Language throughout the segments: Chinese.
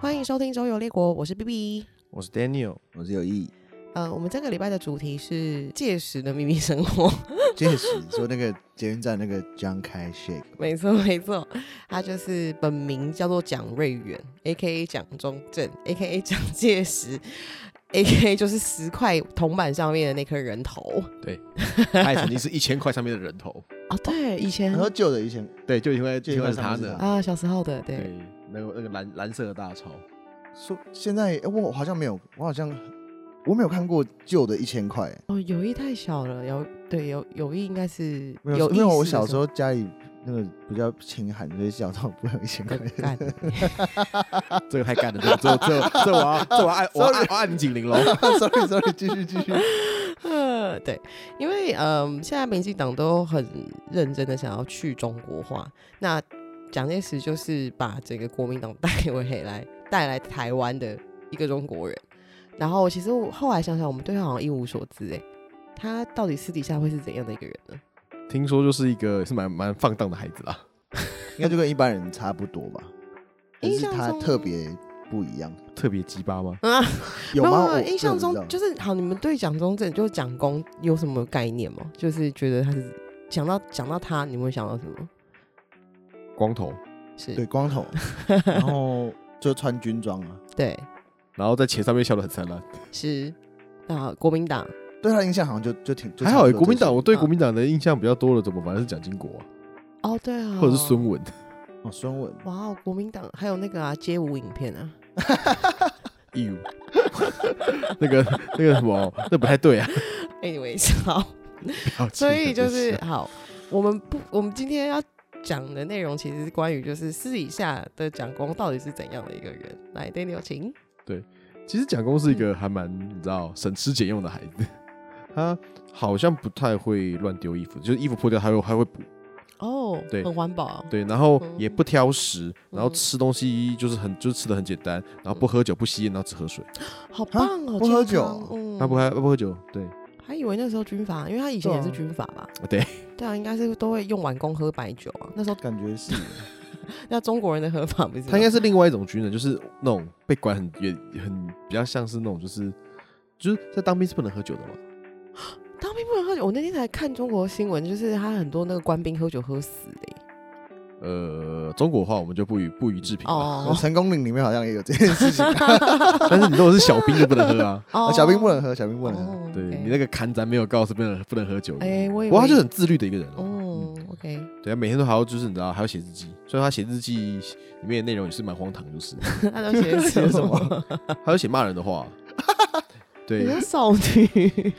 欢迎收听《周游列国》，我是 B B。我是 Daniel，我是有意。呃，我们这个礼拜的主题是届时的秘密生活。 届时说那个捷运站那个 John Kai Shake，没错，没错，他就是本名叫做蒋瑞元，A K A 蒋中正，A K A 蒋介石，A K A 就是十块铜板上面的那颗人头。对，他也曾经是一千块上面的人头，哦，对，以前很多旧的以前 对，就因为就就因因为为是他上面是的，他啊，小时候的，对，对，啊那个那个蓝蓝色的大钞，说现在、哎我好像没有，我好像我没有看过旧的一千块，哎哦，友谊太小了，有对有友谊应该是没有因意为我识的小时候家里那个比较贫寒，所以小时候不会有一千块候。干，这个太干了，这这 这这我要这我要按我要按我要按警铃喽。 sorry sorry，继哦续继续。呃， 对，因为嗯、现在民进党都很认真的想要去中国化，那蒋介石就是把整个国民党带回来，带来台湾的一个中国人。然后其实我后来想想，我们对他好像一无所知哎，他到底私底下会是怎样的一个人呢？听说就是一个是蛮蛮放荡的孩子啦，应该就跟一般人差不多吧，可印是象他中特别不一样，特别鸡巴吗？啊，有没吗？没我嗯印象中就是是好，你们对蒋中正就是蒋公有什么概念吗？就是觉得他是想到讲到他，你们会想到什么？光头，是对光头，然后就穿军装啊，对然后在钱上面笑得很灿烂。是啊，国民党对他的印象好像就就挺就还好、差欸，不多国民这些党我对国民党的印象比较多了，怎么反而是蒋经国啊，哦，对啊，或者是孙文？哦孙文哇哦，国民党还有那个啊街舞影片啊，义务， 那个那个什么，那不太对啊。 anyways，好， 不要所以这就样是好，我们不，我们今天要讲的内容其实是关于就是私底下的蒋公到底是怎样的一个人。来，Daniel，请。其实蒋公是一嗯个还蛮你知道省吃俭用的孩子， 他好像不太会乱丢衣服，就是衣服破掉他会还会补，哦，对很环保啊，对，然后嗯也不挑食，然后嗯吃东西就是很就是吃的很简单，然后不喝酒不吸烟，然后只喝水，好棒哦，不喝健康酒嗯，他不喝他不喝酒，对，还以为那时候军阀，因为他以前对也啊是军阀吧？ 对，对啊，应该是都会用完工喝白酒啊。那时候，感觉是那中国人的喝法不是吗？他应该是另外一种军人，就是那种被管很严很比较像是那种就是就是在当兵是不能喝酒的嘛，当兵不能喝酒。我那天才看中国新闻，就是他很多那个官兵喝酒喝死的、呃，中国话我们就不予不予置评了，哦，呃成功岭里面好像也有这件事情，但是你如果是小兵就不能喝啊 哦小兵不能喝，小兵不能喝。哦 对 OK 你那个砍咱没有告是不能不能喝酒的，哎我以不过他为就很自律的一个人哦。嗯哦，OK， 对啊，每天都还要就是你知道还要写日记，虽然他写日记里面的内容也是蛮荒唐， 就是他都写写什么 么？还有写骂人的话，你 对 是少 女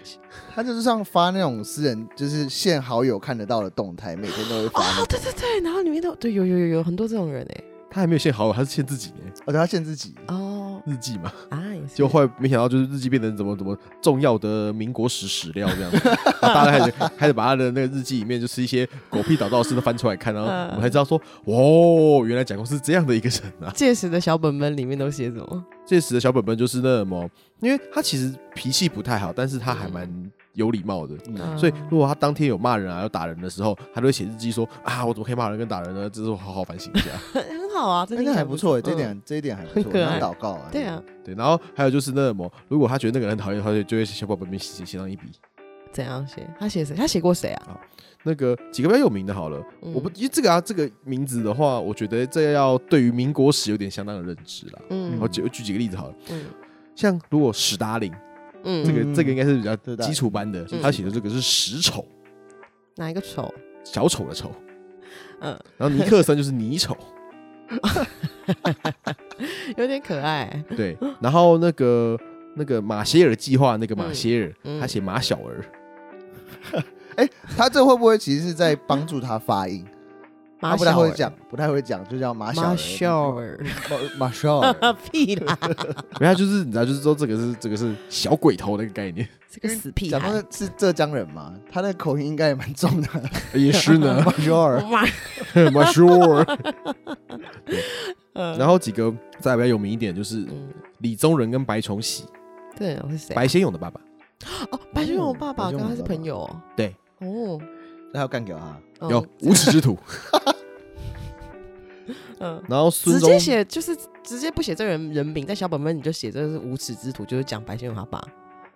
他就是像发那种私人，就是限好友看得到的动态，每天都会发 那哦，种，对对对，然后里面都对，有有有有很多这种人哎、他还没有限好友，他是限自己呢，而且他限自己，哦日记嘛，啊，也是结果后来没想到就是日记变成怎么怎么重要的民国史史料这样子，然后大家开始开始把他的那个日记里面就是一些狗屁倒灶的事都翻出来看，然后我们才知道说，哦，原来蒋公是这样的一个人啊。届时的小本本里面都写什么？这时的小本本就是那么，因为他其实脾气不太好，但是他还蛮有礼貌的。嗯，所以嗯如果他当天有骂人啊，有打人的时候，他都会写日记说啊，我怎么可以骂人跟打人呢？这是我好好反省一下。 很好啊，真哎的那还不错，这一嗯点这一点还不很错，可爱那祷告啊，对啊，，对，然后还有就是那么，如果他觉得那个人很讨厌的话，就就会写小本本写写上一笔。怎样写？他写谁？他写过谁啊？那个几个比较有名的，好了，嗯我不，因为这个啊，这个名字的话，我觉得这要对于民国史有点相当的认知啦。嗯我举我举几个例子好了，嗯像如果史达林，嗯，这个、嗯这个应该是比较对的基础班的，嗯他写的这个是史丑，哪一个丑？小丑的丑，嗯，然后尼克森就是泥 丑，有点可爱。对，然后那个那个马歇尔计划那个马歇尔，嗯嗯他写马小儿，他这会不会其实是在帮助他发音？ 马他不小太会儿讲，不太会讲，就叫马小马儿小儿， 马马小 儿，屁啦，没有他就是你知道，就是说这个是这个是小鬼头那个 概念，这个死屁讲孩的。是浙江人嘛，他的口音应该也蛮重的，也是呢，马小 儿。 马，马歇 尔。然然后几个再比较有名一点就是嗯，李宗仁跟白崇禧，这人是谁啊？白先勇的爸爸。哦，白先勇爸爸白先跟勇他是爸朋爸友哦。对。哦。 那要干掉他，嗯有无耻之徒，嗯，然后孙直中接写就是直接不写这个人人名，在小本本你就写这是无耻之徒，就是讲白先勇他爸。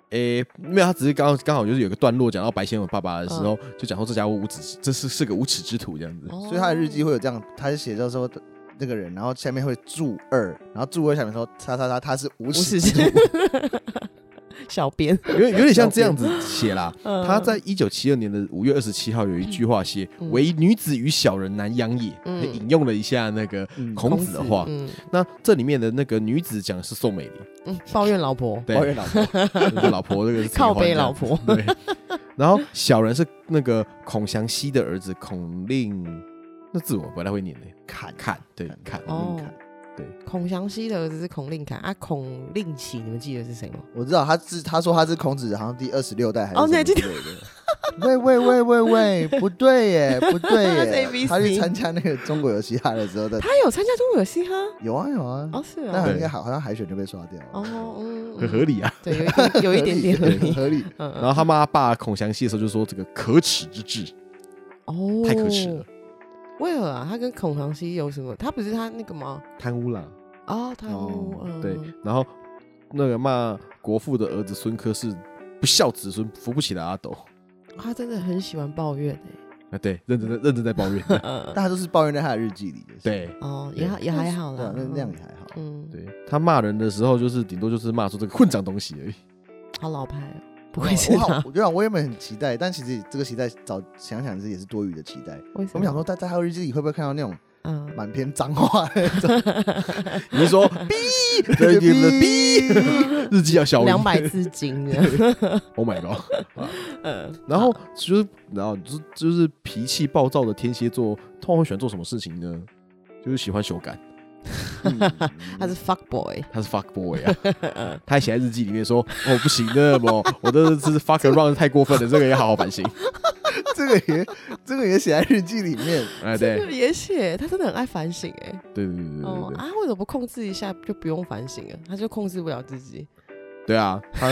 诶、没有，他只是刚好刚好就是有一个段落讲到白先勇爸爸的时哦候，就讲说这家伙无耻，这是是个无耻之徒这样子。所所以他的日哦记会有这样，他是写到说那个人，然后下面会注二，然后注二下面说叉叉叉，他是无无耻耻之之徒。小编， 有点有点像这样子写啦。嗯他在一九七二年的五月二十七号有一句话写“嗯唯女子与小人难养也”，嗯引用了一下那个嗯孔子的话。嗯那这里面的那个女子讲的是宋美龄，嗯，抱怨老婆，对抱，哦怨老婆，那个老婆这个是靠背老婆。婆，对，然后小人是那个孔祥熙的儿子孔令，那字我不太会念的，砍看，对，嗯看，哦看，对，孔祥熙的儿子是孔令凯啊，孔令奇，你们记得是谁吗？ 我知道他是他说他是孔子好像第二十六代还是哦那什么 之类的。喂喂喂喂喂，不对耶，不对是耶！ ABC 他去参加那个中国有嘻哈的时 候的，他有参加中国有嘻哈有啊有啊，哦，是那啊，对应该好好像海选就被刷掉了，哦，嗯，嗯很合理，理啊。对，有一点有一点点 合很理，合理。嗯，然后他妈爸孔祥熙的时候就说这个可耻之至，哦，太可耻了，为何啊？他跟孔祥熙有什么？他不是他那个吗？贪污啦。哦，贪污，哦嗯，对，然后那个骂国父的儿子孙科是不孝子孙，扶不起的阿斗。他真的很喜欢抱怨啊，对，认真在认真在抱 怨。哎， 嗯但他都是抱怨在他的日记里的，对哦，也还也还好对啦啊，，那那样也还好。嗯，嗯，对，他骂人的时候就是顶多就是骂出这个混账东西而已。好老牌哦，不愧是我好他，，我觉得我原本很期待，但其实这个期待早想想是也是多余的期待。为什么我们想说，在在他的日记里会不会看到那种嗯，满篇脏话的那种？你是说逼，对对对，逼，日记要消音。两百字 经的， ，Oh my god！嗯， 然后就是，然后就是就是脾气暴躁的天蝎座，通常会喜欢做什么事情呢？就是喜欢修改。嗯他是 fuck boy，他是 fuck boy 嗯啊， 他还写在日记里面说：“哦，不行的么，我这是 fuck around 太过分了，这个也好好反省。这个也这个也写在日记里面，”哎，对这，个也写，他真的很爱反省哎，对对对对哦对对啊，为什么不控制一下就不用反省了？他就控制不了自己，对啊，他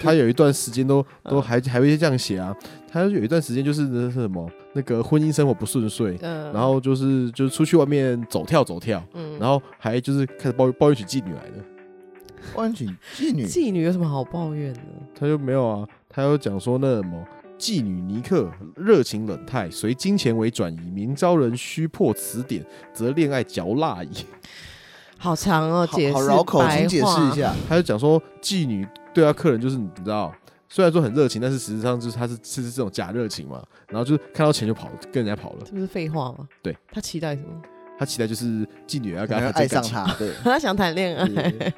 他有一段时间都都还还会这样写啊，他有一段时间就是那是什么那个婚姻生活不顺遂，嗯，然后就是就是出去外面走跳走跳，嗯，然后还就是开始抱怨抱怨起妓女来的，万群妓女妓女有什么好抱怨的？他就没有啊，他又讲说那什么。妓女尼克热情冷态，随金钱为转移，明招人虚破词典，则恋爱嚼蜡矣。好长哦，好解释好绕口，白请解释话一。下。他就讲说，妓女对他客人就是你知道，虽然说很热情，但是实际上就是他是是是这种假热情嘛。然后就是看到钱就跑，跟人家跑了。这不是废话吗？对，他期待什么？ 他期待就是妓女要可跟他能谈爱感上情。他，对，他想谈恋爱，对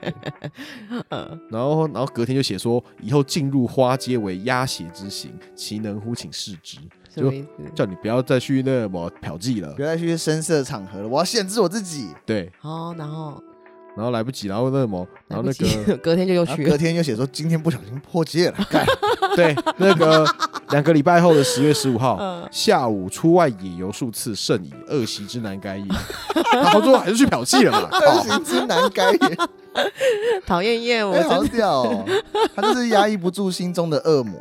嗯，然后，然后隔天就写说，以后进入花街为鸭血之刑，其能乎请视之，什么意思？叫你不要再去那么嫖妓了不。要再去深色场合了，我要限制我自己。对，哦，然后然后来不及，然后那么，然后来不那及 个，隔天就又然去后隔了，天又写说今天不小心破戒了，干 对，那 个两个礼拜后的十月十五号，嗯，下午出外野游数次，甚以恶习之难改也。 然后最后还是去嫖妓了嘛？二靠行之难改也，讨厌厌，我哎，真好的屌哦！他就是压抑不住心中的恶魔，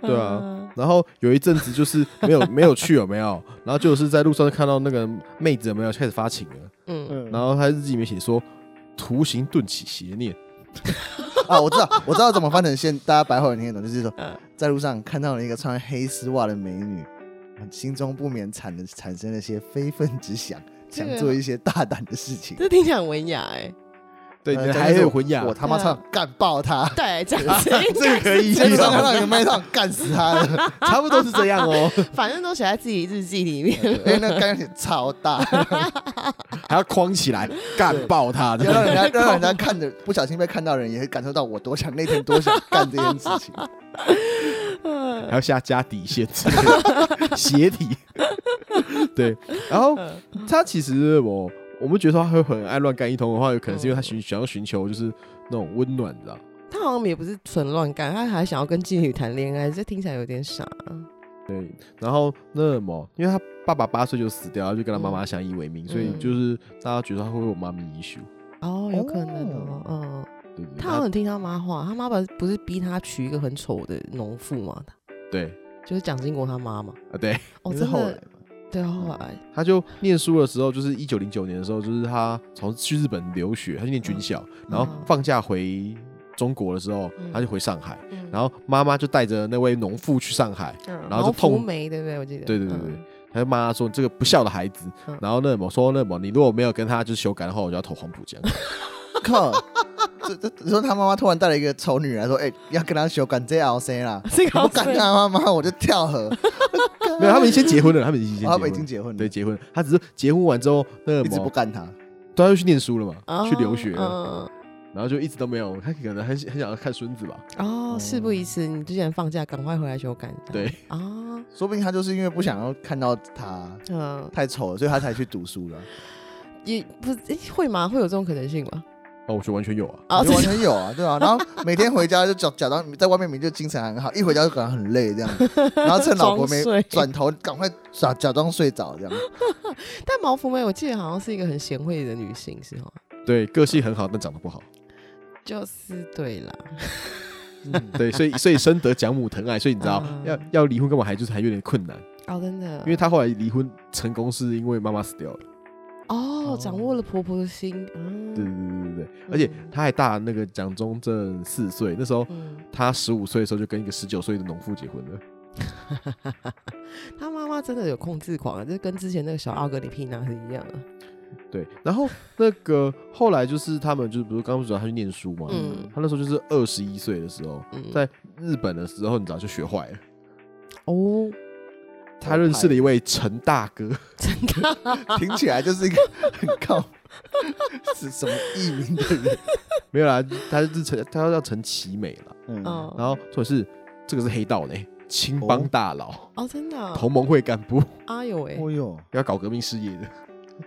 对啊，然后有一阵子就是没有 没有去有没有？然后就是在路上就看到那个妹子有没有开始发情了，嗯，然后她日记里面写说。图形顿起邪念， 啊，我知道，我知道怎么翻成现大家白话文听得懂，就是说嗯，在路上看到了一个穿黑丝袜的美女，嗯心中不免产的产生了些非分之想，这想个做一些大胆的事情。这听起来很文雅哎，对，呃你加还上有我魂雅 我，他妈嗯唱干爆他，对，这样子应啊这个该 可以是 在真路上看的，到一个麦上干死他了，差不多是这样哦， 反正都写在自己日记里面， 因哎为那个干血超大， 还要框起来干爆他，要让人家要让人家看着不小心被看到的人也会感受到我多想那天多想干这件事情。嗯还要下加底线 之类的，鞋底。对，然后他其实我我们觉得他会很爱乱干一通的话，有可能是因为他寻想要寻求就是那种温暖，你知道？他好像也不是纯乱干，他还想要跟妓女谈恋爱，这听起来有点傻。对，然后那么因为他爸爸八岁就死掉，他就跟他妈妈相依为嗯命，所以就是大家觉得他会有妈咪 issue。哦，有可能哦，嗯，对不对？他好像听他妈话，他妈爸不是逼他娶一个很丑的农妇嘛，对就是蒋经国他妈嘛。啊，对， 哦，这是真后来的，吧对，后来他就念书的时候，就是一九零九年的时候，就是他从去日本留学，他去念军校，嗯然后放假回中国的时候，他就回上海，嗯然后妈妈就带着那位农妇去上海，嗯然后就毛福痛梅对不对？我记得，对对对嗯对，他就骂他说你这个不孝的孩子嗯，然后那某说那某你如果没有跟他就是修改的话，我就要投黄浦 江。靠！这这，你说他妈妈突然带了一个丑女来说，哎、要跟他修改这 L C 啦，这个我好敢帅看他妈妈，我就跳河。没有，他们已经结婚了，他们已经先哦他们已经结结婚婚了，对，结婚了，他只是结婚完之后，那一直不某干他。他就去念书了嘛，哦去留学了，嗯然后就一直都没有，他可能很很想要看孙子吧，哦，事不宜迟，你之前放假，赶快回来修改。这样对，啊，说不定他就是因为不想要看到他嗯，太丑了，所以他才去读书了。也不是诶会吗？会有这种可能性吗？哦，我觉得完全有啊，啊，我这觉得完全有啊，对啊。然后每天回家就假假装在外面，明明就精神很好，一回家就感觉很累 这样。然后趁老婆没装睡转头，赶快假假装睡着这样。但毛福梅，我记得好像是一个很贤惠的女性，是吗？对，个性很好，但长得不好，就是对啦，嗯对， 所以所以深得蒋母疼爱，所以你知道、嗯要要离婚干嘛还就是还有点困难，啊哦，真的，因为她后来离婚成功是因为妈妈死掉了，哦哦，掌握了婆婆的心，嗯，对对对对对，而且她还大那个蒋中正四岁，那时候嗯，她十五岁的时候就跟一个十九岁的农妇结婚了，她妈妈真的有控制狂啊，这跟之前那个小奥格里皮娜是一样的，对，然后那个后来就是他们就是不是刚刚说她去念书嘛，嗯她那时候就是二十一岁的时候，嗯，在日本的时候，你知道就学坏了。哦，他认识了一位陈大哥，真的，听起来就是一个很靠 是什么艺名的人。 没有啦，他就是陈，他叫陈其美啦。嗯，哦，然后或者是这个是黑道嘞，青帮大佬、哦，真的啊，同盟会干部，哎呦喂，哦哟，要搞革命事业的。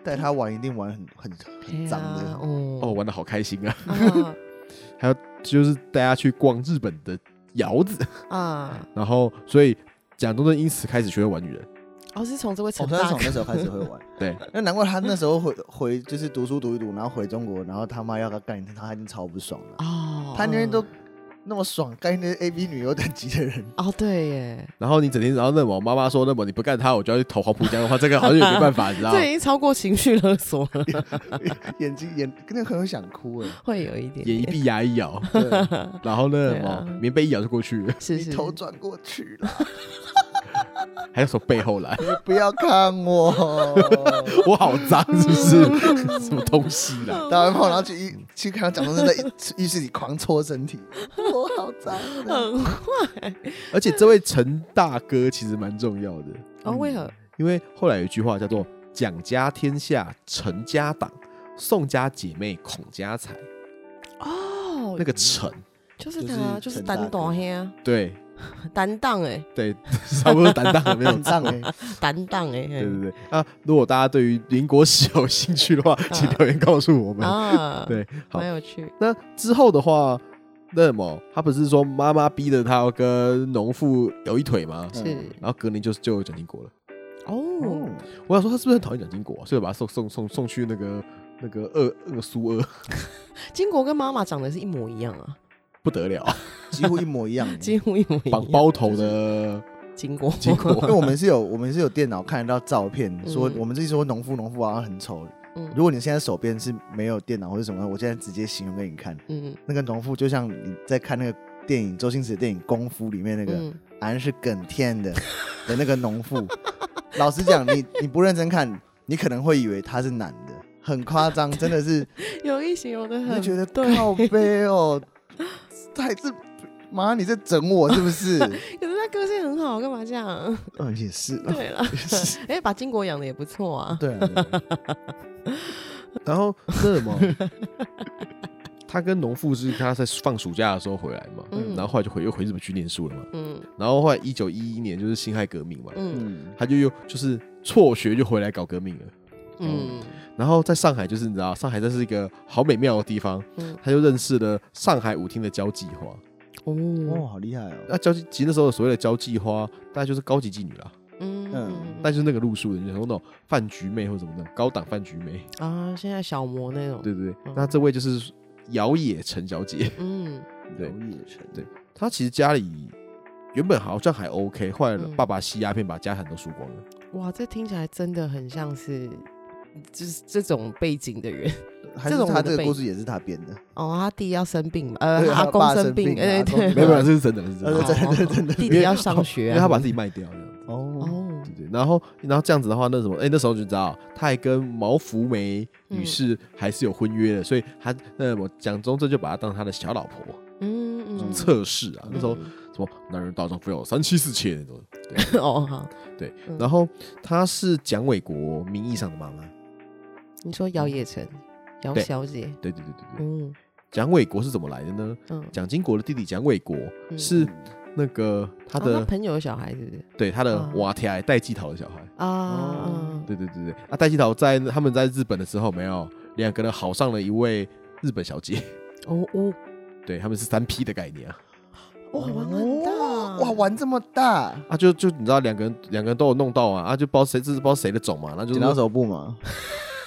带他玩一定玩很很很脏哎呀的。哦，哦，玩的好开心啊！啊就是带他去逛日本的窑子， 啊，然后所以蒋中正因此开始学会玩女人。哦，是从这位陈从他大从哥那时候开始会玩，对，那难怪他那时候回回就是读书读一读，然后回中国，然后他妈要他干，他一定超不爽了。哦，他那边都嗯那么爽，干那些 A B 女优等级的人， 哦，对耶，然后你整天，然后那我妈妈说，那么你不干他，我就要去投黄浦江的话，这个好像也没办法，你知道 吗这？已经超过情绪勒索了，眼睛眼真的很想哭哎。 会有一点眼一点，闭牙一咬，对然后呢对，啊哦棉被一咬就过去了， 是你是， 头转过去了，还要从背后来，你不要看我。我好脏，是 不是？什么东西啦？打完炮，然后去一去看到蒋中正在浴浴室里狂搓身体，我好脏啊。嗯，而且这位陈大哥其实蛮重要的，嗯哦，为何？因为后来有一句话叫做“蒋家天下，陈家党，宋家姐妹，孔家财”。哦，那个陈，就是就是他，就是陈大担当哥嘿啊，对担当哎，对，差不多担当了 没有很错脏。哎，担当哎，对嘿对对啊！如果大家对于民国史有兴趣的话，请留言告诉我们。啊，对，好蛮有趣，那之后的话，那么他不是说妈妈逼着他要跟农妇有一腿吗？嗯是然后隔年就就有蒋经国了。哦，我想说他是不是很讨厌蒋经国啊、所以把他送送送送去那个那个二那个苏二，金国跟妈妈长得是一模一样啊， 不得了啊， 几乎一模一样。欸几乎一模一绑样。包头的金国，经因为国。我们是有我们是有电脑看得到照片，说嗯我们自己说农夫农夫啊很丑。嗯如果你现在手边是没有电脑或者什么，我现在直接形容给你看， 嗯那个农夫就像你在看那个电影周星驰的电影《功夫》里面那个，嗯，俺是梗天的的那个农妇。 老实讲，你你不认真看，你可能会以为他是男的，很夸张，真 的是有意形容的你就很，觉得对，靠背哦，还是妈你在整我是不 是？可是他个性很好，干嘛这样？ 嗯，也是啦， 对了，也是，哎，把金国养的也不错啊。对啊，对啊对啊 然后那什么，他跟农妇是他在放暑假的时候回来嘛，嗯然后后来就回又回日本去念书了嘛。嗯然后后来一九一一年就是辛亥革命嘛，嗯嗯，他就又就是辍学就回来搞革命了。嗯然后在上海就是你知道，上海这是一个好美妙的地方，嗯，他就认识了上海舞厅的交际花。哦，哦，好厉害哦，那交际其实那时候所谓的交际花，大概就是高级妓女啦，嗯嗯但就是那个路数的，就是那种饭局妹或者什么那种高档饭局妹，啊，现在小魔那种，对对对。嗯那这位就是姚野陈小姐，嗯对刘也成，对她其实家里原本好像还 OK，后来嗯 爸爸吸鸦片把家产都输光了，哇，这听起来真的很像是就是这种背景的人还是这种他我的这个背故事也是他编的？ 哦。他弟要生病嘛，呃，对阿他公爸生生病，病哎、阿公对，没有啦，这是真的，这是真呃的对。真的哦真的弟因为弟要上学、因啊，为他把自己卖掉这样子。哦，哦，对对，然后然后这样子的话，那什么，哎、那时候就知道他还跟毛福梅嗯女士还是有婚约的，所以他那我蒋中正就把她当他的小老婆嗯嗯，测试啊。那时候嗯什么男人大丈夫要有三妻四妾那种， 哦好，对嗯。然后她是蒋纬国名义上的妈妈，你说姚也成，姚对小姐，对对对对对。嗯蒋纬国是怎么来的呢？嗯，蒋经国的弟弟蒋纬国嗯是那个他他的、他啊朋友有小孩是不是？对他的啊瓦提埃戴季陶的小孩。啊，对对对对，啊，戴季陶在他们在日本的时候，没有两个人好上了一位日本小姐， 哦哦，对他们是三 P 的概念啊，哇，玩很大，哦哇，玩这么大，啊就就你知道两个人两个人都有弄到啊，啊就不知道谁这是不知道谁的种嘛，那就剪刀是手部嘛，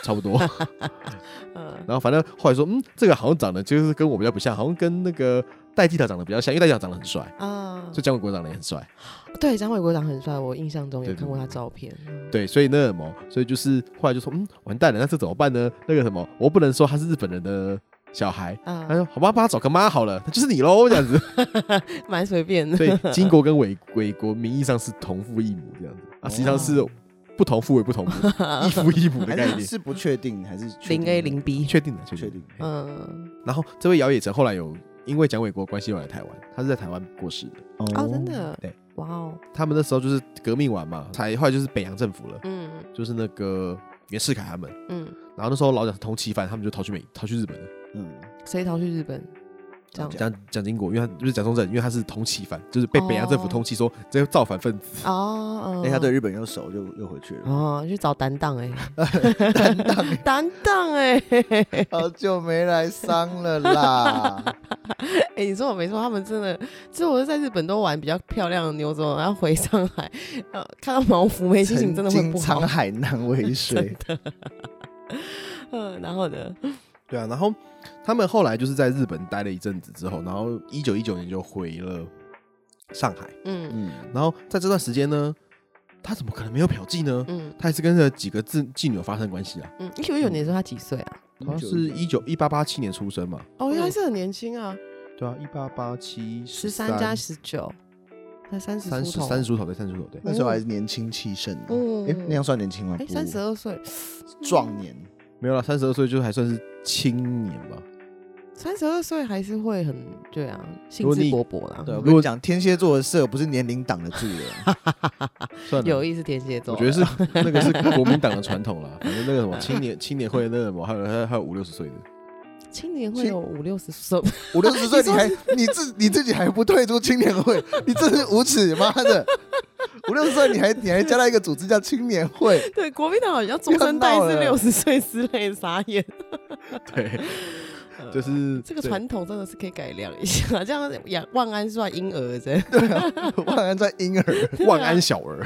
差不多， 嗯，然后反正后来说，嗯，这个好像长得就是跟我比较不像，好像跟那个戴季陶长得比较像，因为戴季陶长得很帅，啊所以，姜伟国长得也很帅，对，张伟国长很帅，我印象中有对对看过他照片。对，所以那什么，所以就是后来就说，嗯，完蛋了，那这怎么办呢？那个什么，我不能说他是日本人的小孩。啊他，说：“好吧，帮他找个妈好了，他就是你喽，这样子。”蛮随便的。所以金国跟伪伪国名义上是同父异母这样子啊，实际上是不同父为不同母，异父异母的还概是 念。是不确定还是确定零的 A 零 B，确定的，确确定定。嗯，嗯，然后这位姚也成后来有因为蒋纬国关系又来台湾，他是在台湾过世的。哦，真的，对，哇哦，他们那时候就是革命完嘛，才后来就是北洋政府了，嗯就是那个袁世凯他们。嗯，然后那时候老蒋是通缉犯，他们就逃去美，逃去日本了。嗯，谁逃去日本？这样蒋蒋经国，因为他就是蒋中正，因为他是通缉犯，就是被北洋政府哦通缉说这个造反分子。哦，嗯哎，他对日本又熟，就又回去 了。哦，去找担当哎， 担欸当哎，好久哦没来伤了啦， 哎，你说我没错，他们真的，这我是在日本都玩比较漂亮的妞之后，然后回上海，呃，看到毛福梅，心情真的会曾不经好沧。海难为 水嗯，然后呢？对啊，然后他们后来就是在日本待了一阵子之后，然后一九一九年就回了上海。嗯嗯，然后在这段时间呢，他怎么可能没有嫖妓呢？嗯他还是跟着几个妓妓女有发生关系啊。嗯，一九一九年的时候他几岁啊？他是一九一八八七年出生嘛？哦，因为他是很年轻啊，对啊，一八八七十三加十九，才三十三出十头，三十出头对，三十出头对。那时候还是年轻气盛的，嗯哎，那样算年轻吗？哎，不三十二岁，壮年，没有啦，三十二岁就还算是青年吧。三十二岁还是会很对啊，如兴果致你勃勃啦。对，我如跟果你讲，天蝎座的色不是年龄挡得住的，算了，有意是天蝎座，我觉得是那个是国民党的传统 啦。反正那个什么青年青年会那个什么，还有还有还有五六十岁的。青年会青有五六十岁， 五六十岁你还你自你自己还不退出青年会，你真是无耻！妈的，五六十岁你还你还加到一个组织叫青年会，对，国民党好像中生代是六十岁之类，傻眼。对，就是呃这个对传统真的是可以改良一下，这样养万安算婴儿真的。我好像在婴儿，啊万安小 儿。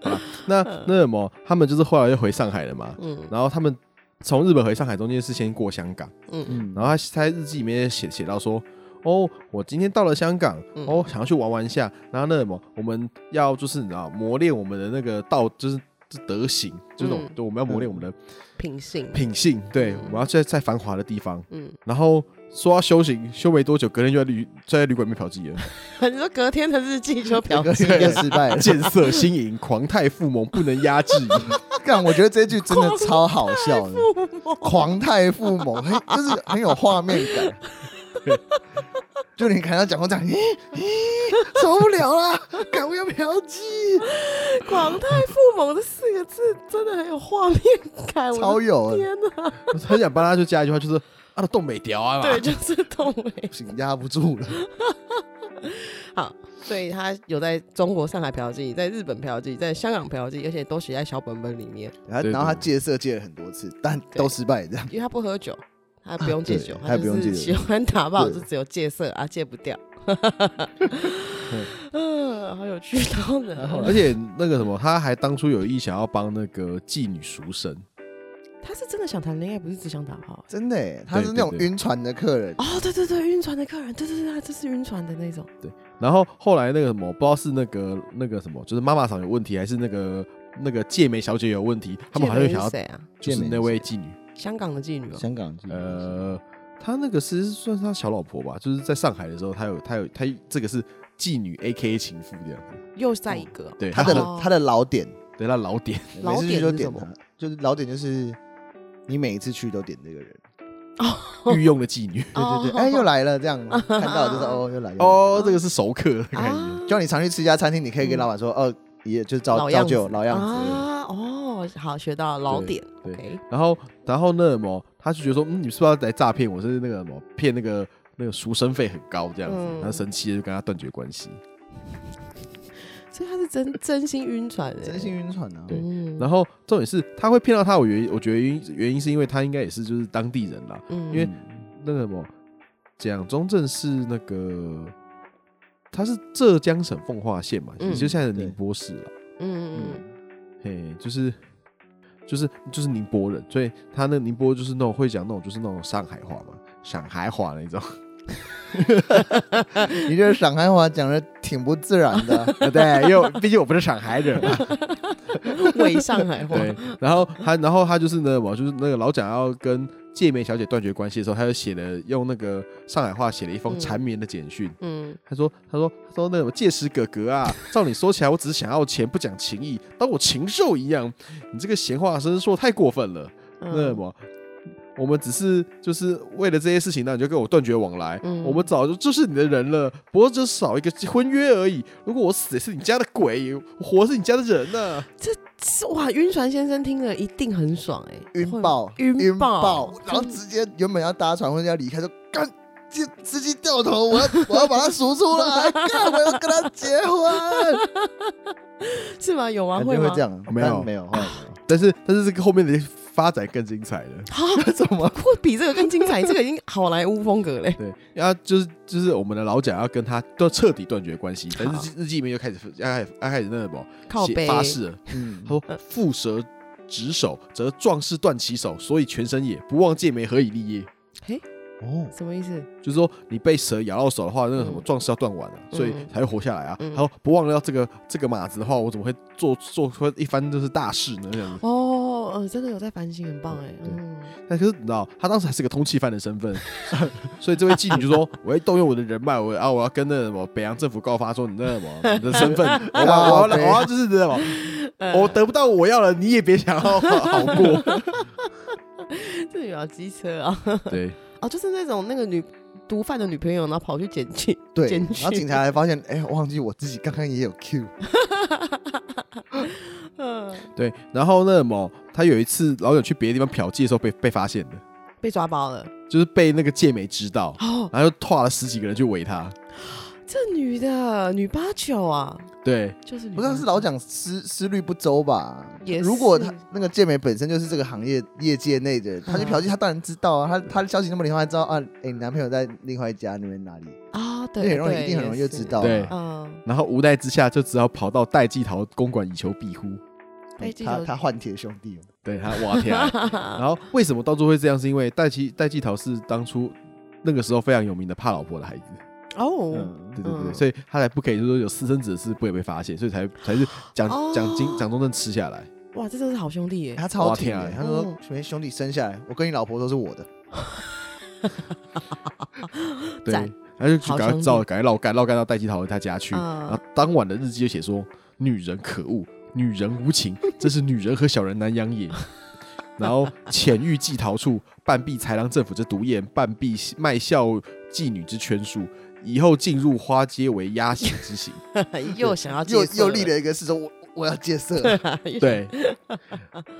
好啦那那什么，他们就是后来又回上海了嘛。嗯然后他们从日本回上海中间是先过香港，嗯嗯，然后他他在日记里面写写到说。哦，我今天到了香港，嗯哦，想要去玩玩一下，然后那什么，我们要就是你知道磨练我们的那个道，就是就是德行，就是那种、嗯对，我们要磨练我们的品性， 品性，对，嗯我们要在在繁华的地方，嗯，然后说要修行，修没多久，隔天就在旅就在旅馆里面 嫖妓了，你说隔天的日记就表表哥记应该失哎败了。见色心淫，狂态附萌，不能压 制。干，我觉得这句真的超好笑的，狂太父母，嘿就是很有画面 感。就你看他讲过这样，咦咦，受不了啦，赶快要嫖妓， “广泰富猛”这四个字真的很有画面感，超我的有的，天哪！我很想帮他就加一句话，就是啊，都美屌啊嘛，对，就是欸动伟，不行，压不住了。所以他有在中国上海嫖妓，在日本嫖妓，在香港嫖妓，而且都写在小本本里面，然后对然后他对戒色戒了很多次，但都失败这样。因为他不喝酒。他不用戒酒，对他他也不就用戒是酒喜欢打扮，对就只有戒色啊，戒不掉。嗯，好有趣。然后呢，而且那个什么，他还当初有意想要帮那个妓女赎身，他是真的想谈恋爱，不是只想打炮。真的耶，他是那种对对晕船的客人，哦，对对对，晕船的客人，对对对，他这是晕船的那种。然后后来那个什么，不知道是那个那个什么，就是妈妈桑有问题，还是那个那个介美小姐有问题，他们好像这个人就想要是谁啊？就是那位妓女，香港的妓女哦、香港记者呃，她那个是算是她小老婆吧，就是在上海的时候，她有她有她这个是妓女 A K A 情妇这样子，又再一个哦、对，他的哦他的老点，对她老点，老每次点去都是什点么他，就是老点就是你每一次去都点这个人，御用的妓女，对对哦 对，哎又来了这样，看到就是哦又来了，哦，这个是熟客的概念，啊叫你常去吃一家餐厅，你可以嗯跟老板说哦，也就老照样照子旧老样子，啊，哦，好，学到了老对点对，OK，然后，然后那什么，他就觉得说，嗯，你是不是要来诈骗我？是那个什么骗那个那个赎身费很高这样子，嗯他生气了就跟他断绝关系。所以他是真真心晕船哎、真心晕船啊！对嗯，然后重点是他会骗到他，我原因我觉得原因原因是因为他应该也是就是当地人啦。嗯，因为那个什么，蒋中正是那个他是浙江省奉化县嘛，嗯也就现在的对宁波市啊，嗯嗯嘿，就是。就是就是宁波人，所以他那宁波就是那种会讲那种就是那种上海话嘛，上海话那种。你这上海话讲的挺不自然 的，啊对，因为毕竟我不是上海人嘛。嗯，伪上海话，对，然后他，然后他就是呢，我就是那个老蒋要跟界美小姐断绝关系的时候，他就写了用那个上海话写了一封嗯缠绵的简讯。嗯，他说：“他说，他说那个介石哥哥啊，照你说起来，我只是想要钱，不讲情义，当我禽兽一样。你这个闲话真是说得太过分了。那嗯么，我们只是就是为了这些事情，那你就跟我断绝往来。嗯我们早就就是你的人了，不过就少一个婚约而已。如果我死也是你家的鬼，我活是你家的人呢、 是哇，晕船先生听了一定很爽哎、晕会爆晕晕爆爆，然后真直接原本要搭船或者要离开，就干，这司机掉头，我要我要把他赎出 来，干，我要跟他结 婚，是吗？有吗？肯啊会定会吗？这样，啊没有但没有，后来没有 但是但是这个后面的发展更精彩了。啊， 怎么会比这个更精彩？这个已经好莱坞风格 嘞。对，然后就是就是我们的老蒋要跟他都彻底断绝关系，但好是日记里面又开始要开始要开始那什么靠写背呃发誓了，嗯他，说腹蛇执手则壮士断其手，所以全身也不忘剑眉何以立也。嘿，哦，什么意思？就是说你被蛇咬到手的话，那个什么嗯壮士要断腕啊，嗯所以才会活下来啊。嗯他说不忘了要这个这个马子的话，我怎么会做做出一番就是大事呢？这样子。哦，呃，真的有在反省，很棒哎、对嗯，但可是你知道，他当时还是个通缉犯的身份， 所以这位妓女就说：“我要动用我的人脉，我啊，我要跟那什么北洋政府告发说你那什么你的身份， 我要我要靠北我要就是那什么，嗯我得不到我要了，你也别想要 好过。这里有机车啊，”对，哦，就是那种那个女毒贩的女朋友，然后跑去捡去对，捡然去，后警察，还发现，哎，忘记我自己刚刚也有 Q，嗯，对，然后那什么，他有一次老远去别的地方嫖妓的时候被被发现的，被抓包了。就是被那个界美知道，哦，然后就跨了十几个人去围他。这女的女八九啊，对，就是女不是八是九老蒋思思虑不周吧？也如果是他那个健美本身就是这个行业业界内的人，他嗯去嫖妓，他当然知道啊，他他的消息那么灵通，他知道啊，哎，你男朋友在另外一家那边哪里，啊，那对，很容易对一定很容易就知。道啊，对嗯，然后无奈之下就只好跑到戴季陶公馆以求庇护。被记嗯他者他换铁兄弟，对他哇天啊、然后为什么到最后会这样？是因为戴季戴季陶是当初那个时候非常有名的怕老婆的孩子，哦，嗯，对对对，嗯所以他才不可以就是说有私生子的事不会被发现，所以才才是蒋哦蒋经蒋中正吃下来。哇，这真是好兄弟耶！他超哇挺天啊的，他说嗯兄弟兄弟生下来，我跟你老婆都是我的，对赞，他好就去兄赶快弟照赶快绕干绕干到戴季陶他家去，嗯然后当晚的日记就写说：女人可恶，女人无 情，真是女人和小人难养也。然后潜欲计逃处，半壁豺狼政府之毒焰，半壁卖笑妓女之圈术，以后进入花街为压行 之刑。又想要 戒又色又立了一个誓说，我我要戒色，了，又想，对，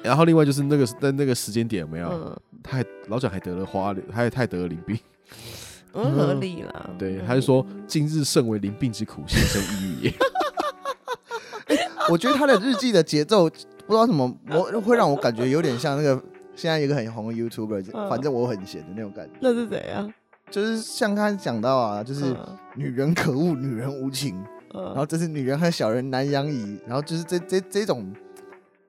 然后另外就是那个在那个时间点有没有，嗯，他还老蒋还得了花莲，还他还得了淋病，嗯合理啦。对，嗯他就说今日甚为淋病之苦，心生抑郁也。 我觉得他的日记的节奏不知道怎么，我会让我感觉有点像那个现在一个很红的 YouTuber，嗯反正我很闲的那种感觉，那是怎样？就是像刚才讲到啊，就是女人可恶，女人无情，然后嗯，这是女人和小人难养矣，然后就是这这这种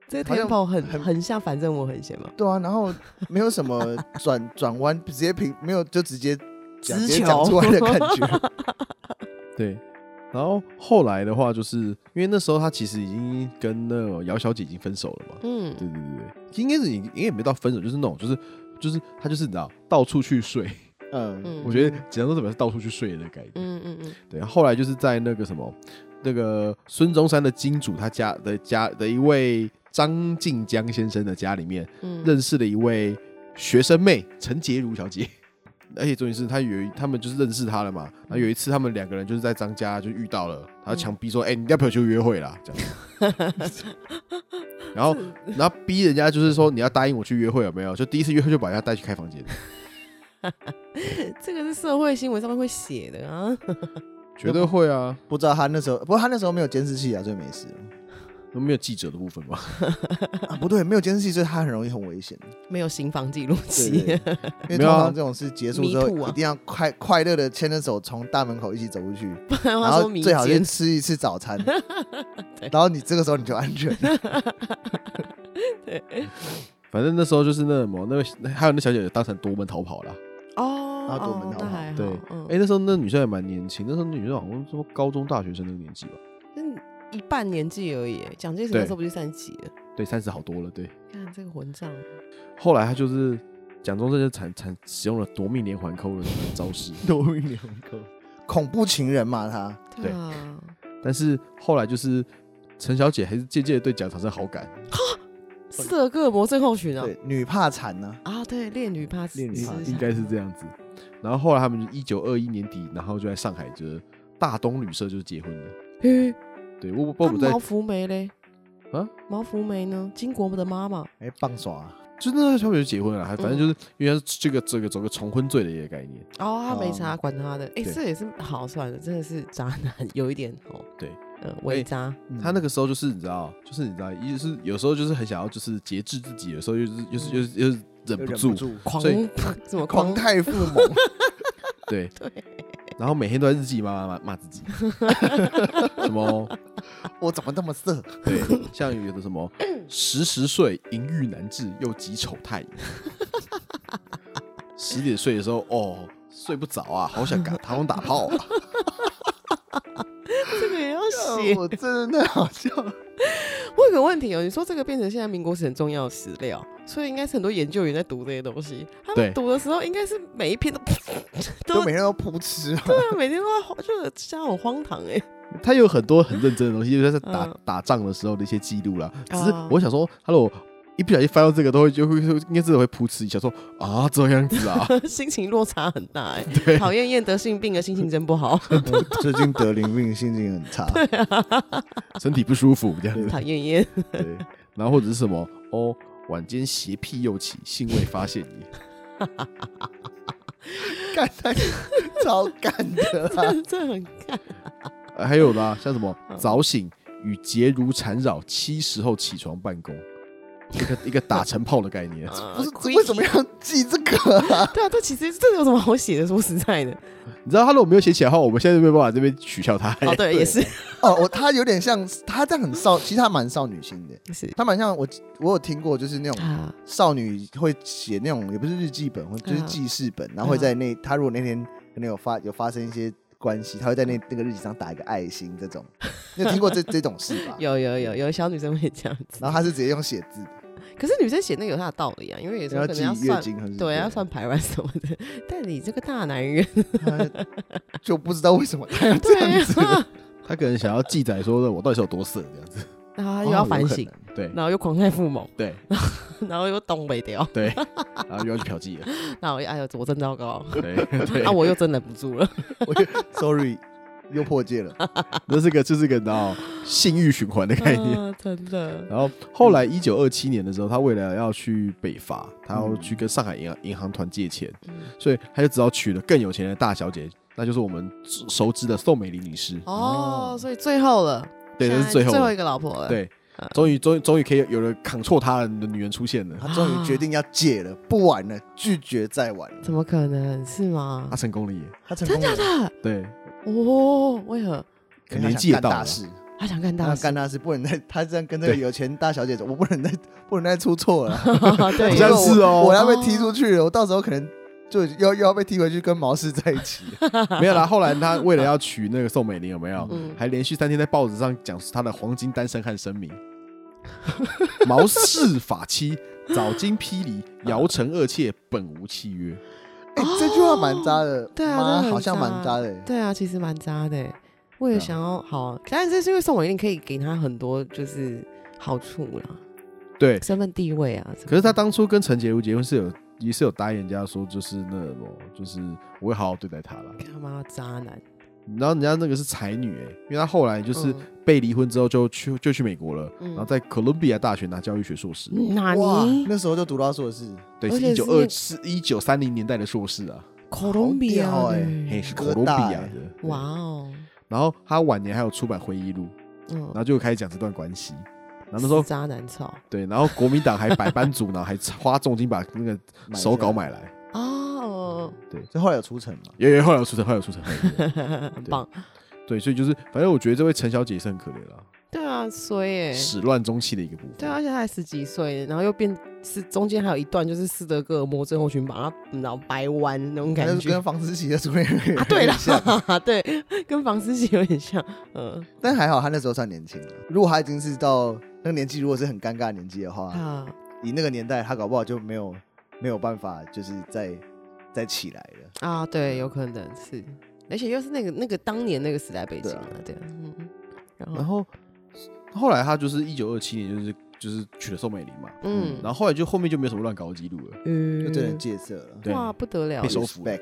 这好像 tempo 很很很像，反正我很闲嘛。对啊，然后没有什么转转弯，直接平没有就直接讲直直接球 讲出来的感觉，对，然后后来的话，就是因为那时候他其实已经跟那个姚小姐已经分手了嘛，嗯，对对对对，应该是已应该也没到分手，就是那种就是就是他就是你知道到处去睡，嗯嗯，我觉得简单说怎么是到处去睡的感觉。嗯嗯嗯，对，后来就是在那个什么，那个孙中山的金主他家的家的一位张晋江先生的家里面，嗯认识了一位学生妹陈洁如小姐。 而且重点是，他有一他们就是认识他了嘛。然后有一次，他们两个人就是在张家就遇到了，他强逼说：“嗯哎、你要不要去约会啦？”这样。 然后，然后逼人家就是说：“你要答应我去约会，有没有？”就第一次约会就把人家带去开房间，这个是社会新闻上面会写的啊， 绝对会啊。不知道他那时候，不过他那时候没有监视器啊，所以没 事。那没有记者的部分吗？啊，不对，没有监视器，所以他很容易很危险。没有新房记录对器， 对， 对因没为通有啊常这种事结束之后迷途，啊一定要快快乐的牵着手从大门口一起走出去，不然然话后说民最好间先吃一次 早餐，然后你这个时候你就安全。反正那时候就是那什么，那位那还有那小姐姐当场夺门逃跑了。哦，然后躲门哦逃那跑还好，对，嗯哎、，那时候那女生还蛮年轻，那时候那女生好像说高中大学生那个年纪吧，嗯一半年纪而已，蒋介石那时候不就三级了？对，三十好多了。对，看这个混账，后来她就是蒋中正就产产使用了夺命连环扣的招式，多一两个恐怖情人嘛，他对啊，但是后来就是陈小姐还是渐渐的对蒋产生好感，色恶魔症候群啊，对女怕惨呢，啊，对，恋女怕死，恋女是怕不是 应该是这样子。然后后来他们就一九二一年底，然后就在上海就是大东旅社就是结婚了。嘿，对，我那我我在毛福梅嘞？啊，毛福梅呢？金国的妈妈，哎，棒耍啊，就那时候他们就结婚了啦，反正就是因为她是这个这个走个重婚罪的一个概念。哦，他没哦查，管他的。哎、对这也是好算了，真的是渣男， 有一点哦。对，呃，伪渣。嗯他那个时候就是你知道，就是你知道，一是有时候就是很想要就是节制自己，有时候就是就是就是就是忍不住，狂所以怎么狂狂？太 父母，对对，然后每天都在日记骂骂骂骂自己，什么我怎么这么色？对，像有的什么十十岁淫欲难治又极丑态，十点睡的时候哦睡不着啊，好想打好想打炮啊，这个也哦要写。我真的好笑。我有个问题哦，你说这个变成现在民国史很重要的史料，所以应该是很多研究员在读这些东西。他对们读的时候，应该是每一篇都 就都每天都扑哧啊，对啊，每天都在就这样很荒唐哎、 他有很多很认真的东西，就是在打、嗯打仗的时候的一些记录啦。只是啊我想说，Hello，一不小心翻到这个都会就会就会应该真的会噗嗤一下，说啊这样子啊，心情落差很大哎、对讨厌厌得性病的心情真 不好，最近得淋病，心情很 差。身体不舒服这样子。讨厌厌。 对，然后或者是什么哦，晚间邪癖又起，性未发现也。干太超干的啊啦， 这很干呃还有啦，像什么嗯早醒与结如缠绕，七时后起床办公，一个一个打成炮的概念。啊不是，creepy 为什么要记这个 啊？ 对啊，这其实这有什么好写的？说实在的，你知道他如果没有写起来的话，我们现在就没有办法这边取笑他、哦，对，也是，哦，我他有点像，他这样很少，其实他蛮少女心的，也是他蛮像我，我有听过，就是那种啊，少女会写那种，也不是日记本，或就是嗯记事本，然后会在那，他如果那天可能有发有发生一些关系，他会在那那个日记上打一个爱心 这种，你有听过这这种事吧？有有有有小女生会这样子，然后他是直接用写字的，可是女生写那个有她的道理啊，因为有时然候后可记能要月算，经还是对，要算排卵什么的。但你这个大男人， 他就不知道为什 么他要这对样子，啊，他可能想要记载说我到底是有多色这样子。然后又要哦反省，，对然后又狂太父母，对然后又东北调，对，然后又要去嫖 妓了。然后又哎呦，我真糟糕，对对 啊，，我又真忍不住了，有可能我就 sorry 又破戒了。啊这是个这是个你知道性欲循环的概念。啊真的，然后后来，一九二七年的时候，他为了要去北伐，他要去跟上海银行银行团借钱，嗯所以他就只好娶了更有钱的大小姐，那就是我们熟知的宋美龄女士。哦，哦所以最后了，对，这现是在最后最后的一个老婆了，对嗯，终于终于终于可以有了扛错他的女人出现了，他终于决定要戒了，不玩了，拒绝再玩了。怎么可能是吗他？成功了耶！他成功了，啊对，哦，为何可能因为年他纪也想到干了大，事，他想干他大要事？干大事，不能再他这样跟这个对有钱大小姐走，我不能再不能再出错了， 对好，像是哦我我要被踢出去了，我到时候可能就已经又又要被踢回去跟毛氏在一起，没有啦。后来他为了要娶那个宋美龄，有没有 嗯？还连续三天在报纸上讲他的黄金单身汉声明。 毛氏法妻，早经批嗯离，姚城二妾本无契约。哎、这句话蛮渣的，对啊妈真的很好像蛮渣的、欸对啊，其实蛮渣的欸。为了对啊想要好，但是是因为宋美龄可以给他很多就是好处啦，对，身份地位啊。可是他当初跟陈洁如结婚是有也是有答应人家说，就是那什么，就是我会好好对待她啦。他妈渣男，然后人家那个是才女、欸，因为她后来就是嗯被离婚之后就去就去美国了，嗯然后在哥伦比亚大学拿教育学硕士，哪哇尼，那时候就读到硕士，对，而是且一九二是一九三零年代的硕士啊，哥伦比亚好屌的欸嘿，是哥哥伦比大亚欸的。对嗯哇！哦，然后她晚年还有出版回忆录，嗯然，后就开始讲这段关系。然后那时候死渣男草对，然后国民党还百般阻挠，还花重金把那个买手稿下来，买来。哦，所以后来有出城嘛？有有，后来有出成，后来有出成。后来有出成很 棒。对，所以就是，反正我觉得这位陈小姐也是很可怜啦，对啊，衰哎、始乱终弃的一个部分。对啊，而且他才十几岁，然后又变是中间还有一段就是斯德哥尔摩症候群把他脑掰弯那种那感就觉跟房思琪的初恋有点啊， 对像啦， 对，跟房思琪有点像，嗯、但还好他那时候算年轻的。如果他已经是到那个年纪，如果是很尴尬的年纪的话，啊，以那个年代，他搞不好就没有没有办法，就是再再起来了。啊，对，有可能是，而且又是那个那个当年那个时代背景对啊啊，对啊，嗯，然然后后后来她就是一九二七年，就是就是娶了宋美龄嘛，嗯，然后后来就后面就没有什么乱搞的记录了。就嗯真的戒色了。对哇，不得了被收服 Respect，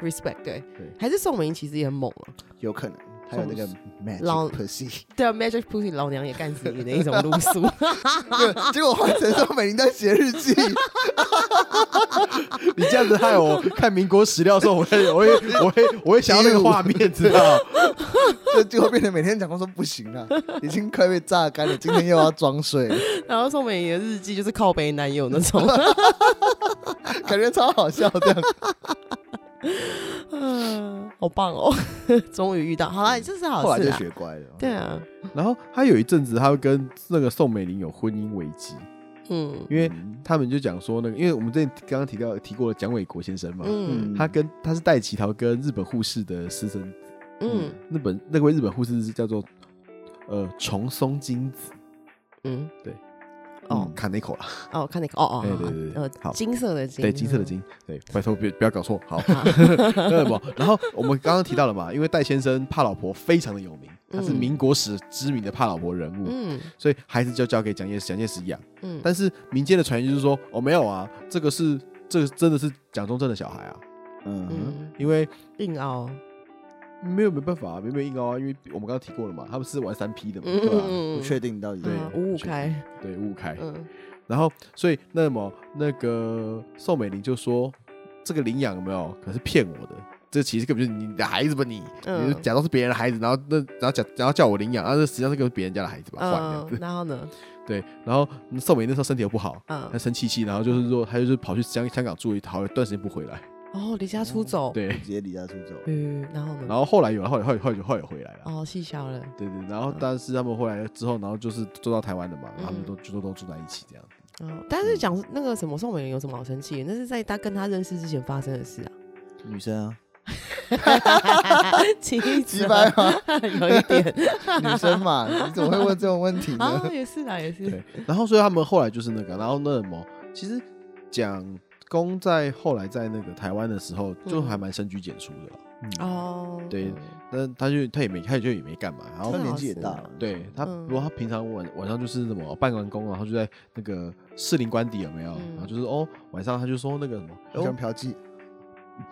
，respect，对对，还是宋美龄其实也很猛啊，有可能还有那个 magic 老 pussy， 对啊，magic pussy 老娘也干死你的一种路数，对结果换成宋美龄在写日记， 你这样子害我看民国史料的时候，我会我会我会我会想到那个画面，知道？就结果变成每天讲话说不行了，已经快被榨干了，今天又要装睡， 然后宋美龄的日记就是靠背男友那种， 感觉超好笑这样。嗯，好棒哦！ 终于遇到，好了，这是 后好来事就啊。学乖了。哦对啊， 然后她有一阵子，她会跟那个宋美龄有婚姻危机，嗯因为他们就讲说那个，因为我们之前刚刚提到提过蒋纬国先生嘛，嗯他跟他是戴奇陶跟日本护士的私生嗯日本那位日本护士是叫做呃重松金子，嗯，对，哦嗯，卡内口啦，哦，看那个，哦哦，对好对对对呃，好金色的金，对，金色的金，对，拜托别不要搞错， 好， 那什么，然后我们刚刚提到了嘛，因为戴先生怕老婆非常的有名，他是嗯民国史知名的怕老婆人物，嗯，所以孩子就交给蒋介石蒋介石养，嗯嗯，但是民间的传言就是说，哦，没有啊，这个是这个真的是蒋中正的小孩啊，嗯，嗯，因为硬凹，没有没办法、啊，没有硬凹啊，因为我们刚刚提过了嘛，他们是玩三 P 的嘛，嗯对吧、不嗯确定到底对嗯五五确哎定开，对，误开，嗯然后，所以那么那个宋美龄就说：“这个领养有没有？可是骗我的，这其实根本就是你的孩子吧你？嗯你就假装是别人的孩子，然后那然后假然后叫我领养，然后实际上是跟别人家的孩子吧，换这样嗯子，。然后呢，对，然后宋美龄那时候身体又不好， 她嗯，生气气，然后就是说她就是跑去香香港住一好一段时间不回来。哦，离家出走，对，直接离家出走。嗯，然后然呢，后后来有了，后来后来后来后来有回来了。哦，气消了，对对，然后但是他们后来之后，然后就是都到台湾了嘛，然后他们嗯都就都都住在一起这样。哦，但嗯是讲那个什么宋美龄有什么好生气的？那是在他跟他认识之前发生的事 啊，女生啊，气 啊鸡掰吗？ 有一 点女生嘛，你怎么会问这种问题呢 啊，？也是啦，也是，嗯对，然后所以他们后来就是那个，啊然后那什么，其实蒋公在后来在那个台湾的时候，就嗯还蛮深居简出的啦。哦，对嗯那、他就他也没，他就也没干嘛，然他 后真。的年纪也大了，对他，嗯如果他平常晚晚上就是什么办完工，啊然后就在那个士林官邸有没有？嗯然后就是哦，晚上他就说那个什么，好像哦、嫖妓，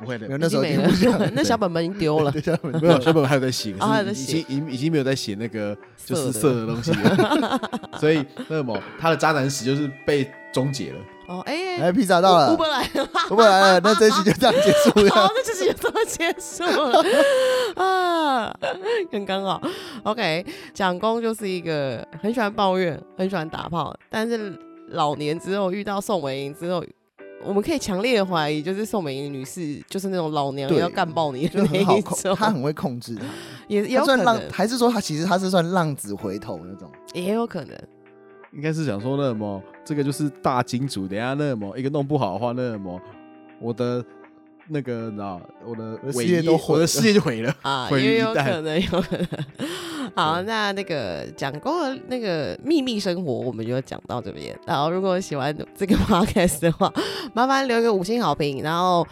不会没有 的，那时候已已经经没不想 了，那小本本已经丢了。对下 面没有小本本还有在写，啊还有可在是已经写已经已经没有在写那个就色是色的的东西了， 所以那什么他的渣男史就是被终结了。哦，哎、哎，披萨到五了，本来了，我本来 了，那这一期就这样结束好了。，哦那这集就这么结束了啊，刚刚好。OK，蒋公就是一个很喜欢抱怨、很喜欢打炮，但是老年之后遇到宋美龄之后。我们可以强烈的怀疑，就是宋美龄女士就是那种老娘对要干爆你就的那很好一控，他种，很会控制他，也也他有可算浪能，，还是说他其实他是算浪子回头那种？也有可能，应该是想说那什么，这个就是大金主，等一下那什么一个弄不好的话，那什么我的那个，你知道，我的我的伟事业业都毁我的了事业就毁了。啊，毁因为于一有旦可能，有可能。好，那那个蒋公的那个秘密生活，我们就讲到这边。然后，如果喜欢这个 podcast 的话，麻烦留一个五星好评。然后，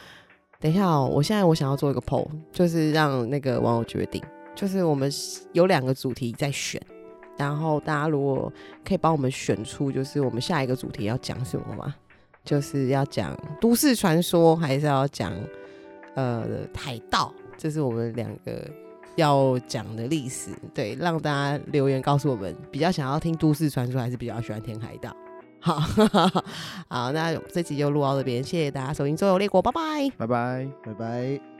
等一下哦，我现在我想要做一个 poll，就是让那个网友决定，就是我们有两个主题在选。然后大家如果可以帮我们选出，就是我们下一个主题要讲什么吗？就是要讲都市传说，还是要讲呃海盗？这是我们两个要讲的历史，对，让大家留言告诉我们，比较想要听都市传说，还是比较喜欢听海盗？好， 好，那这集就录到这边，谢谢大家收听《周游列国》，拜拜。 拜拜。拜拜。